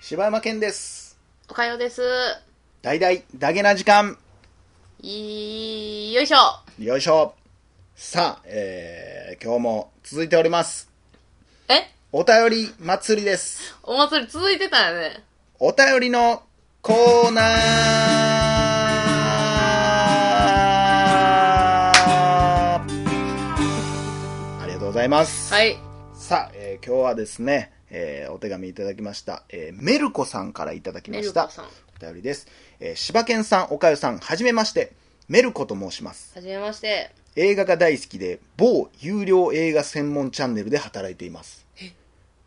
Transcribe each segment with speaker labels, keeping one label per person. Speaker 1: 柴山健です。
Speaker 2: おかようです。
Speaker 1: 大々、ダゲな時間。
Speaker 2: いい、よいしょ。
Speaker 1: よいしょ。さあ、えー、今日も続いております。
Speaker 2: え
Speaker 1: お便り祭りです。
Speaker 2: お祭り続いてたよね。
Speaker 1: お便りのコーナーありがとうございます。
Speaker 2: はい。
Speaker 1: さあ、えー今日はですね、えーお手紙いただきました、えーメルコさんからいただきま
Speaker 2: メ
Speaker 1: し
Speaker 2: ルコ
Speaker 1: た
Speaker 2: さん。
Speaker 1: お便りです、えー、柴犬さんおかゆさんはじめましてメルコと申します
Speaker 2: はじめまして。
Speaker 1: 映画が大好きで某有料映画専門チャンネルで働いています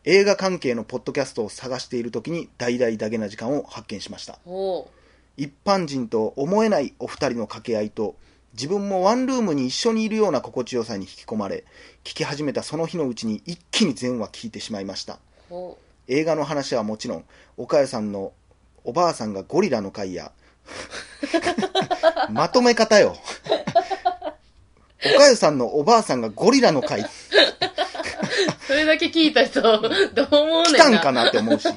Speaker 1: 映画関係のポッドキャストを探している時に大々だけな時間を発見しました
Speaker 2: おお。
Speaker 1: 一般人と思えないお二人の掛け合いと自分もワンルームに一緒にいるような心地よさに引き込まれ聞き始めたその日のうちに一気に全話聞いてしまいました
Speaker 2: お
Speaker 1: 映画の話はもちろん岡谷さんのおばあさんがゴリラの会や まとめ方よ岡谷さんのおばあさんがゴリラの会
Speaker 2: それだけ聞いた人、 どう思うねんな。
Speaker 1: 来たんかなって思う し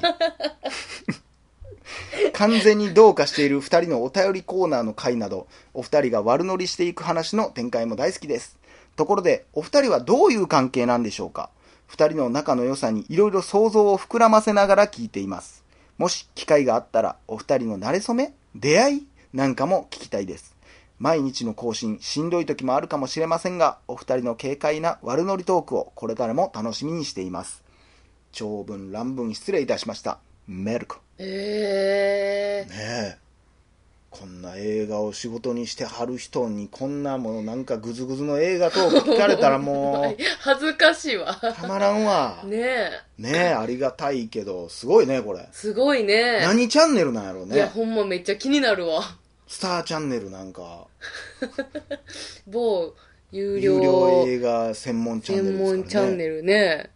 Speaker 1: 完全にどうかしている2人のお便りコーナーの回などお二人が悪乗りしていく話の展開も大好きですところでお二人はどういう関係なんでしょうか2人の仲の良さにいろいろ想像を膨らませながら聞いていますもし機会があったらお二人の馴れ初め出会いなんかも聞きたいです毎日の更新しんどい時もあるかもしれませんがお二人の軽快な悪乗りトークをこれからも楽しみにしています長文乱文失礼いたしましたメルコ
Speaker 2: ええ
Speaker 1: ねえこんな映画を仕事にしてはる人にこんなものなんかグズグズの映画トーク聞かれたらもう
Speaker 2: 恥ずかしいわ。
Speaker 1: たまらんわ
Speaker 2: ねえ。
Speaker 1: ねえありがたいけどすごいねこれ
Speaker 2: すごいね。
Speaker 1: 何チャンネルなんやろう
Speaker 2: い
Speaker 1: ね
Speaker 2: や、ほんまめっちゃ気になるわ。
Speaker 1: スターチャンネルなんか
Speaker 2: 某
Speaker 1: 有
Speaker 2: 有料
Speaker 1: 料映画専門チャンネ
Speaker 2: 専門
Speaker 1: ルです
Speaker 2: チ
Speaker 1: か
Speaker 2: ャ
Speaker 1: ら
Speaker 2: ンネ
Speaker 1: ね
Speaker 2: ルね。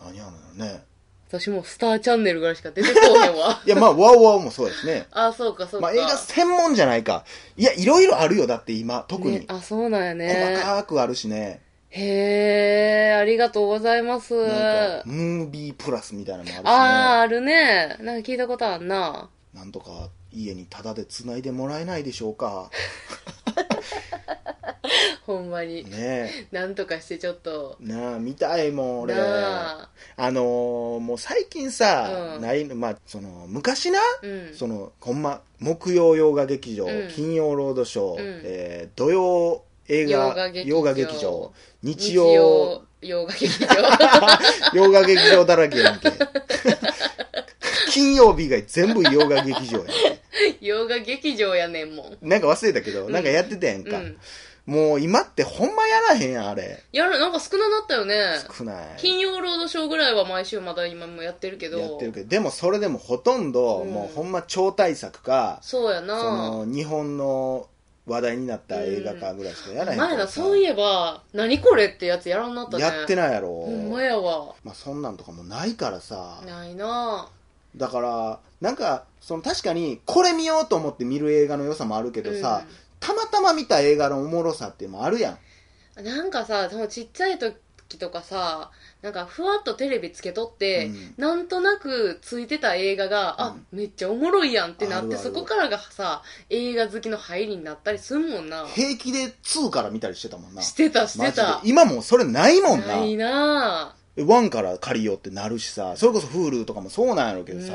Speaker 1: 何やろね
Speaker 2: 私もスターチャンネルぐらいしか出てこうへん
Speaker 1: 。
Speaker 2: わ
Speaker 1: いやまあワオワオもそうですね
Speaker 2: あ、そうか、そうか。
Speaker 1: まあ映画専門じゃないかいやいろいろあるよだって今特に、
Speaker 2: ね、あ、そうなんやね。
Speaker 1: 細かくあるしね
Speaker 2: へえ、ありがとうございます。
Speaker 1: なんか
Speaker 2: あ
Speaker 1: ムービープラスみたいなのも
Speaker 2: あー、
Speaker 1: あるしね
Speaker 2: あるね。なんか聞いたことあんな。
Speaker 1: なんとか家にタダで繋いでもらえないでしょう か
Speaker 2: ほんまに。
Speaker 1: ね
Speaker 2: なんとかしてちょっと。
Speaker 1: えなあ見たいもん俺あ
Speaker 2: なあ。
Speaker 1: のーもう最近さ、
Speaker 2: うん
Speaker 1: ないまあその昔な、
Speaker 2: うん。
Speaker 1: そのほんま木曜洋画劇場、
Speaker 2: うん
Speaker 1: 金曜ロードショー、
Speaker 2: ん
Speaker 1: えー土曜映
Speaker 2: 洋
Speaker 1: 画
Speaker 2: 画劇場
Speaker 1: 洋画劇場日
Speaker 2: 日
Speaker 1: 曜
Speaker 2: 曜洋画劇場。
Speaker 1: 洋画劇場だらけやん け金曜日以外全部洋画劇場やん
Speaker 2: 洋画劇場やねんもん。
Speaker 1: なんか忘れたけど、
Speaker 2: ん
Speaker 1: なんかやってたやん
Speaker 2: う
Speaker 1: か、
Speaker 2: ん。
Speaker 1: もう今ってほんまやらへんやんあれ
Speaker 2: やる、なんか少ななったよね。
Speaker 1: 少ない
Speaker 2: 金曜ロードショーぐらいは毎週まだ今もやってるけど。
Speaker 1: やってるけどでもそれでもほとんど、
Speaker 2: うん
Speaker 1: もうほんま超大作か
Speaker 2: そうや
Speaker 1: そ
Speaker 2: な。
Speaker 1: の日本の話題になった映画かぐらいしかやらへんから
Speaker 2: 前な、
Speaker 1: さ
Speaker 2: そういえば、何これってやつやらんなったね。
Speaker 1: やってないやろ、
Speaker 2: ほんまやわ。
Speaker 1: まあ、そんなんとかもないからさ
Speaker 2: ないな
Speaker 1: だからなんかその確かにこれ見ようと思って見る映画の良さもあるけどさ、
Speaker 2: うん
Speaker 1: たまたま見た映画のおもろさっていうのもあるやん
Speaker 2: なんかさそのちっちゃい時とかさなんかふわっとテレビつけとって、
Speaker 1: うん
Speaker 2: なんとなくついてた映画が、あめっちゃおもろいやんってなって
Speaker 1: あるある
Speaker 2: そこからがさ映画好きの入りになったりすんもんな
Speaker 1: 平気で2から見たりしてたもんな
Speaker 2: してたして
Speaker 1: マ
Speaker 2: た
Speaker 1: ジで今もうそれないもんな
Speaker 2: ないな
Speaker 1: ワンから借りようってなるしさそれこそ Hulu とかもそうなんやろうけどさ、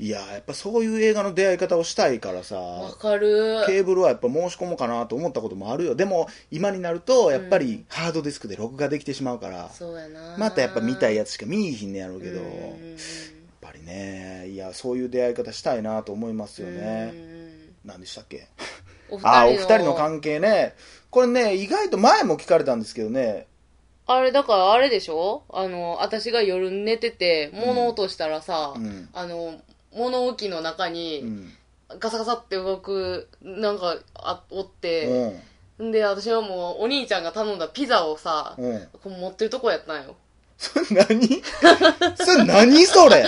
Speaker 1: いややっぱそういう映画の出会い方をしたいからさ
Speaker 2: わ、かる
Speaker 1: ケーブルはやっぱ申し込もうかなと思ったこともあるよでも今になるとやっぱりハードディスクで録画できてしまうから、
Speaker 2: そうやな
Speaker 1: またやっぱ見たい
Speaker 2: や
Speaker 1: やつしか見いひんねやろうけど、やっぱりねいやそういう出会い方したいなと思いますよね、何でしたっけ
Speaker 2: お二
Speaker 1: あー
Speaker 2: 人
Speaker 1: お
Speaker 2: の
Speaker 1: 二人の関係ねこれね意外と前も聞かれたんですけどね
Speaker 2: あれだからあれでしょあの私が夜寝てて物落としたらさ、
Speaker 1: うん
Speaker 2: あの物置の中に、
Speaker 1: うん、
Speaker 2: ガサガサって動く、なんか、あ、おって、
Speaker 1: うん
Speaker 2: んで、私はもう、お兄ちゃんが頼んだピザをさ、
Speaker 1: うん
Speaker 2: こう持ってるとこやったんよ。
Speaker 1: それ何それ何それ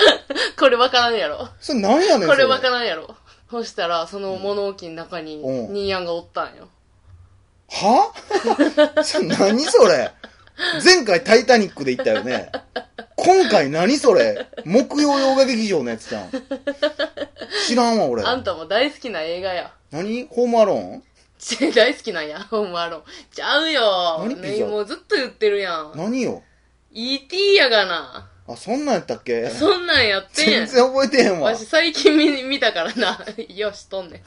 Speaker 2: これわからんやろ。
Speaker 1: それ何やねん
Speaker 2: これわ
Speaker 1: そ
Speaker 2: か
Speaker 1: れ
Speaker 2: らんやろ。そしたら、その物置の中に、
Speaker 1: うん
Speaker 2: ニーヤンがおったんよ。
Speaker 1: はそれ何それ前回タイタニックで言ったよね。今回何それ木曜洋画劇場のやつじゃん。知らんわ、俺。
Speaker 2: あんたも大好きな映画や。
Speaker 1: 何ホームアローン
Speaker 2: ち大好きなんや、ホームアローン。ちゃうよ。
Speaker 1: 何ピザ
Speaker 2: ねもうずっと言ってるやん。
Speaker 1: 何よ
Speaker 2: ET やがな。
Speaker 1: あ、そんなんやったっけ
Speaker 2: そんなんやって
Speaker 1: 全
Speaker 2: ん。
Speaker 1: 然覚えてへんわ
Speaker 2: わ。し最近見見たからな。 よし、とんねん。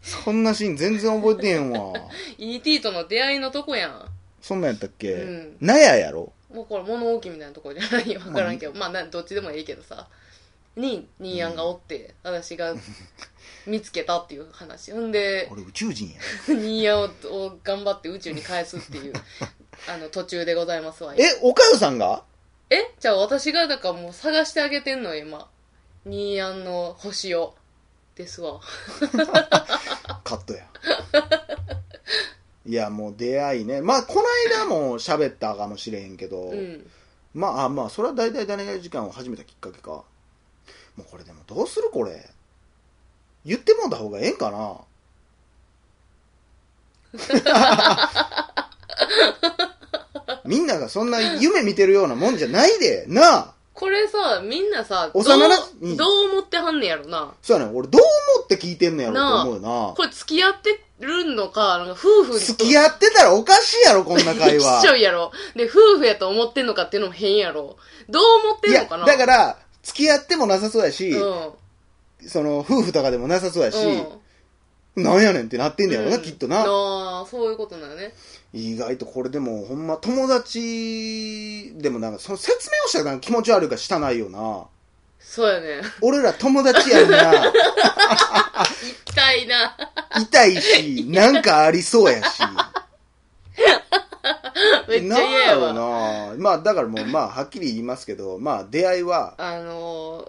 Speaker 1: そんなシーン全然覚えてへんわ。
Speaker 2: ET との出会いのとこやん。
Speaker 1: そんなんやったっけ、
Speaker 2: うん
Speaker 1: 納屋やろ
Speaker 2: もうこれ物置みたいなとこじゃないよ。わからんけど。まあな、どっちでもいいけどさ。に、ニーヤンがおって、私が見つけたっていう話。ほんで、
Speaker 1: 俺宇宙人や。
Speaker 2: ニーヤンをを頑張って宇宙に返すっ ていう、あの、途中でございますわ。
Speaker 1: え、おかよさんが
Speaker 2: えじゃあ私がだからもう探してあげてんのよ今ニーヤンの星をですわ
Speaker 1: カットや。 いや、もう出会いね。まあ、こないだも喋ったかもしれへんけど、
Speaker 2: うん
Speaker 1: まあ、あまあ、それは大体誰が時間を始めたきっかけか。もうこれでもどうするこれ。言ってもうた方がええんか なみんながそんな夢見てるようなもんじゃないで。なあ
Speaker 2: これさみんなさどう
Speaker 1: 幼なうん
Speaker 2: どう思ってはんねやろな
Speaker 1: そうやねん俺どう思って聞いてんのやろって思うよな。
Speaker 2: これ付き合ってるのかなんか夫婦
Speaker 1: 付き合ってたらおかしいやろ、こんな会話。
Speaker 2: 一緒やろで夫婦やと思ってんのかっていうのも変やろどう思って
Speaker 1: い
Speaker 2: ん
Speaker 1: や、
Speaker 2: のかな
Speaker 1: だから、付き合ってもなさそうやし、
Speaker 2: うん
Speaker 1: その、夫婦とかでもなさそうやし、
Speaker 2: うん
Speaker 1: なんやねんってなってんねやろな、
Speaker 2: うん
Speaker 1: きっとな。
Speaker 2: あーそういうことなのね
Speaker 1: 意外とこれでも、ほんま友達でもなんか、その説明をしたらなんか気持ち悪いからしたないよな。
Speaker 2: そうやね
Speaker 1: 俺ら友達やんな、
Speaker 2: 痛いな
Speaker 1: 痛いし、なんかありそうやし。
Speaker 2: めっちゃ嫌やわ
Speaker 1: なんやろな。まあ、だからもう、まあ、はっきり言いますけど、まあ、出会いは、
Speaker 2: あのー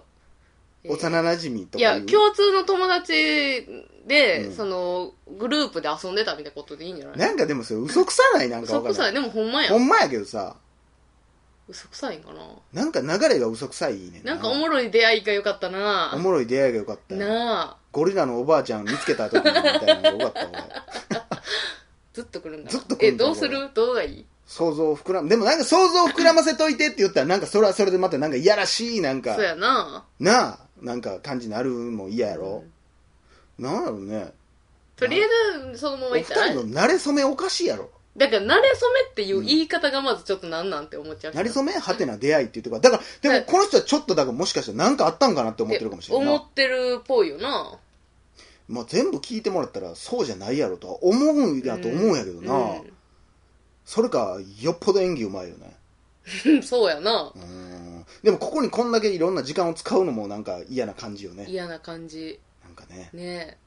Speaker 2: えー
Speaker 1: 幼馴染みと
Speaker 2: い
Speaker 1: か
Speaker 2: や、
Speaker 1: いう。
Speaker 2: 共通の友達で、
Speaker 1: うん
Speaker 2: その、グループで遊んでたみたいなことでいいんじゃない
Speaker 1: なんかでもそれ嘘くさないなんか
Speaker 2: 嘘
Speaker 1: わか
Speaker 2: く
Speaker 1: んな
Speaker 2: さい。
Speaker 1: い。
Speaker 2: でもほんまや
Speaker 1: ほ。んまやけどさ、
Speaker 2: 嘘くさいんかな。
Speaker 1: なんか流れが嘘くさいねん
Speaker 2: なんかおもろい出会いが良かったな
Speaker 1: おもろい出会いが良かったよ
Speaker 2: なあ。
Speaker 1: ゴリラのおばあちゃん見つけた時みたいなのが良かった俺
Speaker 2: ずっと来るんだ。
Speaker 1: ずっと来
Speaker 2: え、
Speaker 1: るんだ
Speaker 2: どうするどうがいい
Speaker 1: 想像を膨らむでもなんか想像を膨らませといてって言ったらなんかそれはそれでまたなんかいやらしいなんか
Speaker 2: そうやな
Speaker 1: なあなんか感じになるのも嫌やろ、なんやろうね
Speaker 2: とりあえず、そのま
Speaker 1: お
Speaker 2: ま
Speaker 1: 二
Speaker 2: 行ったら
Speaker 1: 人。の慣れ初めおかしいやろ
Speaker 2: だから、慣れ初めっていう言い方がまずちょっとなんなんて思っちゃうけど。
Speaker 1: 慣れ初めはてな出会いって言ってからだからでもこの人はちょっとだからもしかしたらなんかあったんかなって思ってるかもしれんない
Speaker 2: 思ってるっぽいよな。
Speaker 1: まあ全部聞いてもらったらそうじゃないやろとは思うんやと思うんやけどな、それかよっぽど演技うまいよね
Speaker 2: うんそうやな
Speaker 1: う。ーんでもここにこんだけいろんな時間を使うのもなんか嫌な感じよね。
Speaker 2: 嫌な感じ。
Speaker 1: なんかね。
Speaker 2: ねえ。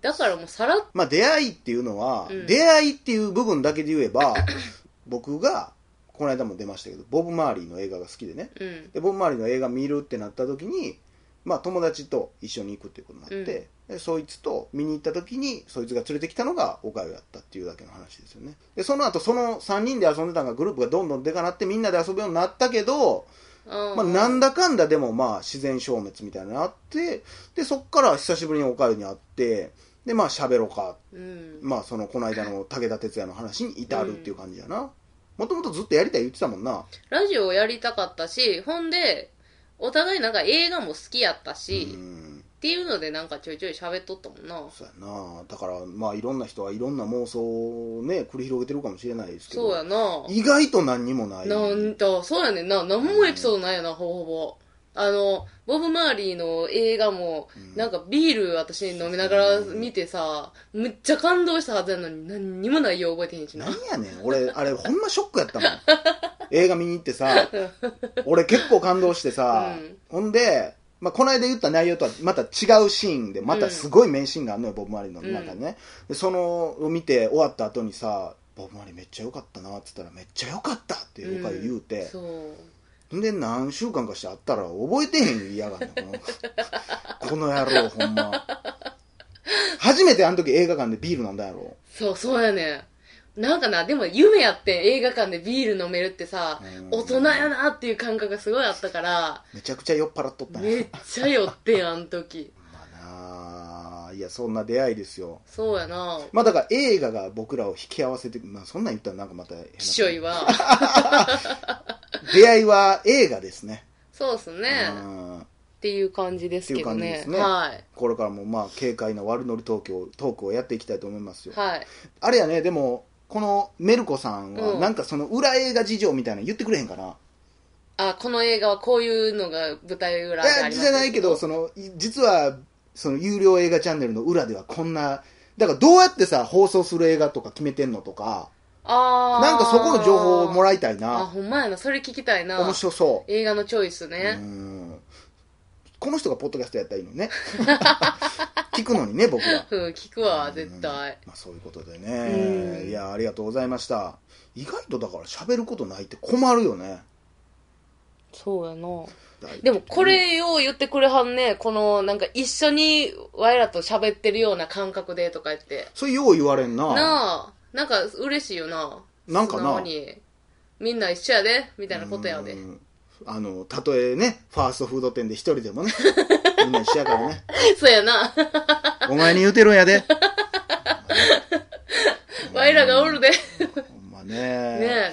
Speaker 2: だからもうさらっ
Speaker 1: まあ出会いっていうのは、
Speaker 2: うん
Speaker 1: 出会いっていう部分だけで言えば、 僕が、この間も出ましたけど、ボブ・マーリーの映画が好きでね。
Speaker 2: うん。
Speaker 1: で、ボブ・マーリーの映画見るってなった時に、まあ友達と一緒に行くっていうことになって、でそいつと見に行った時に、そいつが連れてきたのがおかゆやったっていうだけの話ですよね。で、その後その3人で遊んでたのがグループがどんどんでかなってみんなで遊ぶようになったけど、まあ、なんだかんだでもまあ自然消滅みたいなのあってでそっから久しぶりにおかゆに会ってでまあ喋ろうか、
Speaker 2: うん。
Speaker 1: まあ、そのこの間の武田鉄矢の話に至るっていう感じやなもともとずっとやりたい言ってたもんな
Speaker 2: ラジオをやりたかったし、ほんで、お互いなんか映画も好きやった
Speaker 1: う
Speaker 2: し、っ
Speaker 1: ん
Speaker 2: ていうのでなんかちょいちょい喋っとったもんな。
Speaker 1: そうやなだからまあいろんな人はいろんな妄想をね繰り広げてるかもしれないですけど
Speaker 2: そうやな。
Speaker 1: 意外と何にもない
Speaker 2: なんだ、そうやねんな。何もエピソードないやな、ほぼほぼ。あの、ボブ・マーリーの映画も、
Speaker 1: うん
Speaker 2: なんかビール私飲みながら見てさ、むっちゃ感動したはずやのに何にも内容覚えてへんしな
Speaker 1: なん。やねん俺あれほんまショックやったもん映画見に行ってさ俺結構感動してさ、
Speaker 2: うん
Speaker 1: ほんで、まあ、この間言った内容とはまた違うシーンでまたすごい名シーンがあるのよ、ボブ・マーリーの中にね、でそのを見て終わった後にさ「ボブ・マーリーめっちゃ良かったな」っつったら「めっちゃ良かった」って僕は言うて、
Speaker 2: そう。
Speaker 1: ほんで何週間かして会ったら覚えてへん嫌がんねんこのこの野郎ほんま初めてあの時映画館でビール飲んだやろ
Speaker 2: そう、そうやねん。なんかな、でも夢やってん映画館でビール飲めるってさ、
Speaker 1: うん
Speaker 2: 大人やなっていう感覚がすごいあったから、
Speaker 1: めちゃくちゃ酔っ払っとったんや
Speaker 2: めっちゃ酔ってんあの時。
Speaker 1: まあなあいいやそんな出会いですよ
Speaker 2: そうやな
Speaker 1: まあだから映画が僕らを引き合わせて、まあ、そんなん言ったらなんかまた変な
Speaker 2: きしょいわ
Speaker 1: 出会いは映画ですね
Speaker 2: そうっすね
Speaker 1: うん
Speaker 2: っていう感じですけど
Speaker 1: っていう感じで
Speaker 2: ね
Speaker 1: すね
Speaker 2: はい
Speaker 1: これからもまあ軽快な悪乗り東京トークをやっていきたいと思いますよ、
Speaker 2: はい
Speaker 1: あれやねでもこのメルコさん
Speaker 2: う
Speaker 1: は
Speaker 2: ん
Speaker 1: なんかその裏映画事情みたいなの言ってくれへんかな、
Speaker 2: あこの映画はこういうのが舞台裏
Speaker 1: い
Speaker 2: で
Speaker 1: や
Speaker 2: あります
Speaker 1: じゃないけどそのい実はその有料映画チャンネルの裏ではこんなだからどうやってさ放送する映画とか決めてんのとか
Speaker 2: あー
Speaker 1: なんかそこの情報をもらいたい
Speaker 2: あ
Speaker 1: な
Speaker 2: ほんまやなそれ聞きたいな
Speaker 1: 面白そ
Speaker 2: 映画のチョイス
Speaker 1: う,、う
Speaker 2: ね、
Speaker 1: んこの人がポッドキャストやったらいいのに ね聞くのにね僕は
Speaker 2: うん、聞くわ絶
Speaker 1: うん
Speaker 2: 対、
Speaker 1: まあ、そういうことでね、
Speaker 2: うん
Speaker 1: いやありがとうございました意外とだから喋ることないって困るよね
Speaker 2: そうやな
Speaker 1: だ
Speaker 2: でもこれを言ってくれはんねこのなんか一緒に我らと喋ってるような感覚でとか言って
Speaker 1: それよう言われんな
Speaker 2: なあなんか嬉しいよな
Speaker 1: なんかな
Speaker 2: 素直にみんな一緒やでみたいなことやで
Speaker 1: うんあのたとえねファーストフード店で一人でも ねみんな一緒やからね
Speaker 2: そうやな
Speaker 1: お前に言うてるんや で
Speaker 2: 我らがおるでね
Speaker 1: ほんまね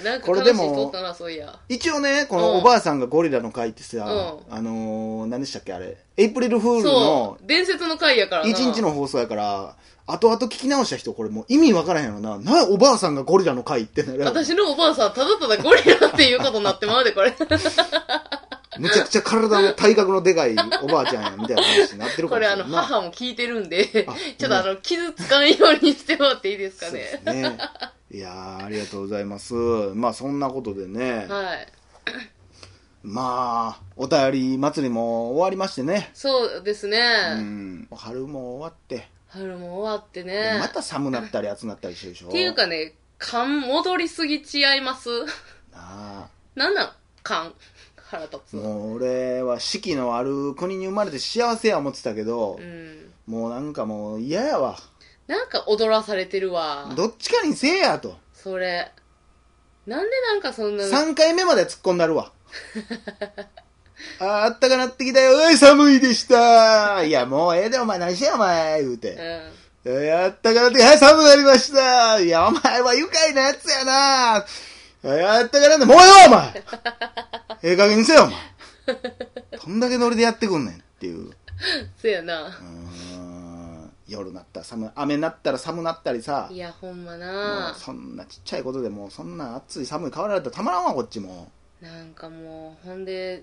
Speaker 2: えなんか
Speaker 1: これ
Speaker 2: 楽
Speaker 1: で
Speaker 2: しいとっ
Speaker 1: も
Speaker 2: たなそういや
Speaker 1: 一応ねこ
Speaker 2: う
Speaker 1: の
Speaker 2: ん
Speaker 1: おばあさんがゴリラの会ってさ、
Speaker 2: う
Speaker 1: あのー、何でしたっけあれエイプリルフール
Speaker 2: そ
Speaker 1: の
Speaker 2: う伝説の回やからな
Speaker 1: 一日の放送やから後々聞き直した人これもう意味わからへんやろななおばあさんがゴリラの会ってなるやろ
Speaker 2: 私のおばあさんただただゴリラっていうことになってまうでこれ
Speaker 1: むちゃくちゃ体の体格のでかいおばあちゃんやみたいな話になってるか
Speaker 2: こ
Speaker 1: もし
Speaker 2: れ
Speaker 1: れ
Speaker 2: あ
Speaker 1: ん
Speaker 2: の
Speaker 1: ない
Speaker 2: 母も聞いてるんでちょっ
Speaker 1: うん
Speaker 2: とあの傷つかんようにしてもらっていいですか
Speaker 1: そうで
Speaker 2: ね
Speaker 1: すね。いやーありがとうございます。まあそんなことでね、
Speaker 2: はい
Speaker 1: まあお便り祭りも終わりましてね。
Speaker 2: そうですね、
Speaker 1: うん、春も終わって、
Speaker 2: 春も終わってね
Speaker 1: また寒なったり暑なったりしてるでしょ。
Speaker 2: っていうかね勘戻りすぎちゃいます
Speaker 1: なあ
Speaker 2: なんなん勘腹立つわ
Speaker 1: もう俺は四季のある国に生まれて幸せや思ってたけど
Speaker 2: う、ん
Speaker 1: もうなんかもう嫌やわ。
Speaker 2: なんか踊らされてるわ
Speaker 1: どっちかにせえやと。
Speaker 2: それなんでなんかそんな
Speaker 1: 3回目まで突っ込んだる わ。あーあったかなってきたよ。おい、寒いでした。いや、もうええで、お前何してんお前。言うて。
Speaker 2: うん
Speaker 1: やったからって、はい、寒くなりました。いや、お前は愉快なやつやな。やったからって、もうよ、お前 ええ加減にせよ、お前。どんだけノリでやってくんねんっていう。う
Speaker 2: そうやな
Speaker 1: ーん夜なったら寒い、雨なったら寒なったりさ
Speaker 2: い、やほんま
Speaker 1: も
Speaker 2: な
Speaker 1: うそんなちっちゃいことでもう、そんな暑い寒い変わられたらたまらんわ、こっちも。
Speaker 2: なんかもうほんで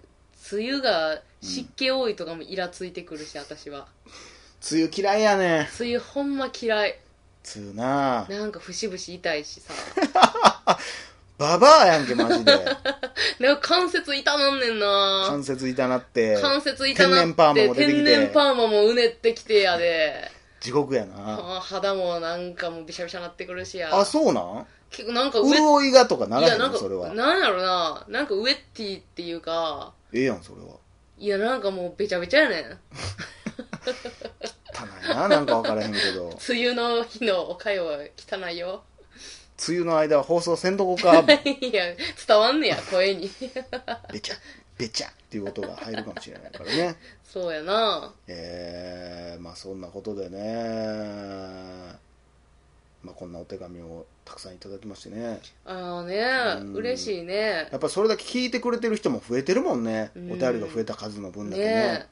Speaker 2: 梅雨が湿気多いとかもイラついてくるし、私は
Speaker 1: 梅雨嫌いやね。
Speaker 2: 梅雨ほんま嫌い
Speaker 1: 梅雨なあ
Speaker 2: なんか節々痛いしさ
Speaker 1: ババアやんけ、マジで。
Speaker 2: なんか関節痛なんねんな
Speaker 1: 関節痛なって。
Speaker 2: 関節痛なっ
Speaker 1: 天
Speaker 2: て
Speaker 1: 然パーマも出てきて
Speaker 2: 天然パーマもうねってきてやで
Speaker 1: 地獄やな。
Speaker 2: あー肌もなんかもうびしゃびしゃなってくるしや
Speaker 1: あ、そうなん
Speaker 2: 結構なんか上
Speaker 1: 潤いがとかなら
Speaker 2: い
Speaker 1: へ
Speaker 2: や
Speaker 1: ん
Speaker 2: なん
Speaker 1: の
Speaker 2: か
Speaker 1: それは。
Speaker 2: なんやろななんかウェッティっていうか
Speaker 1: ええやんそれはい
Speaker 2: やなんかもうべちゃべちゃやねん
Speaker 1: 汚いななんか分からへんけど
Speaker 2: 梅雨の日のおかよは汚いよ
Speaker 1: 梅雨の間は放送せんとこか
Speaker 2: いや伝わんねや声に
Speaker 1: べちゃべちゃっていう音が入るかもしれないからね
Speaker 2: そうやな
Speaker 1: えー、まあそんなことでねまあこんなお手紙をたくさんいただきましてね
Speaker 2: あのね
Speaker 1: うん
Speaker 2: 嬉しいね
Speaker 1: やっぱそれだけ聞いてくれてる人も増えてるもんねお
Speaker 2: うん
Speaker 1: 便りが増えた数の分だけね
Speaker 2: ね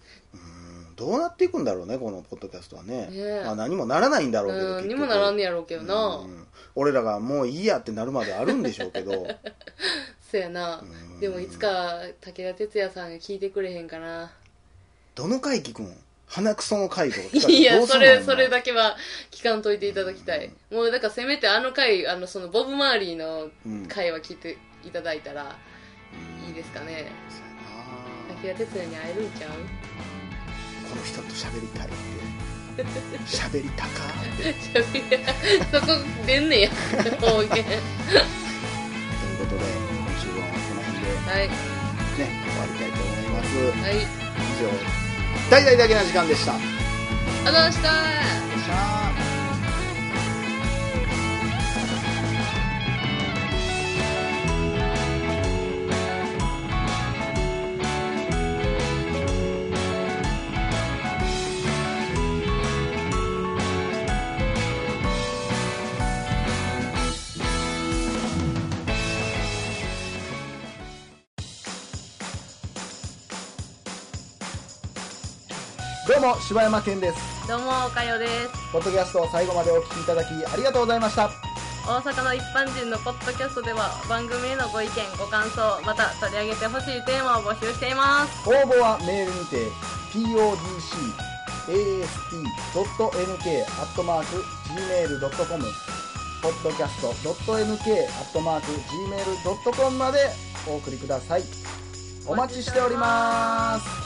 Speaker 1: うんどうなっていくんだろうねこのポッドキャストはね
Speaker 2: ねえ
Speaker 1: まあ何もならないんだろうけど、
Speaker 2: うん
Speaker 1: 結
Speaker 2: に
Speaker 1: 局
Speaker 2: もならんねやろうけどな
Speaker 1: うん俺らがもういいやってなるまであるんでしょうけど
Speaker 2: そうやな
Speaker 1: うん
Speaker 2: でもいつか武田鉄矢さんが聞いてくれへんかな
Speaker 1: どの回聞くん鼻くその回とか聞かれて
Speaker 2: い
Speaker 1: ど
Speaker 2: や
Speaker 1: うす
Speaker 2: そ
Speaker 1: んの
Speaker 2: れそれだけは聞かんといていただきたい、もうだからせめてあの回あのそのボブ・マーリーの
Speaker 1: うん
Speaker 2: 会は聞いていただいたらいいですかね
Speaker 1: そうやな
Speaker 2: 武田鉄矢に会えるんちゃう
Speaker 1: この人と喋りたいって喋りたかって
Speaker 2: そこ出んねや方言
Speaker 1: ということで今週はこの辺で
Speaker 2: はい
Speaker 1: ね終わりたいと思います
Speaker 2: はい
Speaker 1: 以上「大々だけな時間」でした
Speaker 2: あざ
Speaker 1: でし
Speaker 2: した
Speaker 1: たどうも、柴山健です。
Speaker 2: どうもおかよです
Speaker 1: ポッドキャスト最後までお聞きいただきありがとうございました。
Speaker 2: 大阪の一般人のポッドキャストでは番組へのご意見ご感想また取り上げてほしいテーマを募集しています
Speaker 1: 応募はメールにて podcast.nk.gmail.com podcast.nk.gmail.com までお送りください。お待ちしております。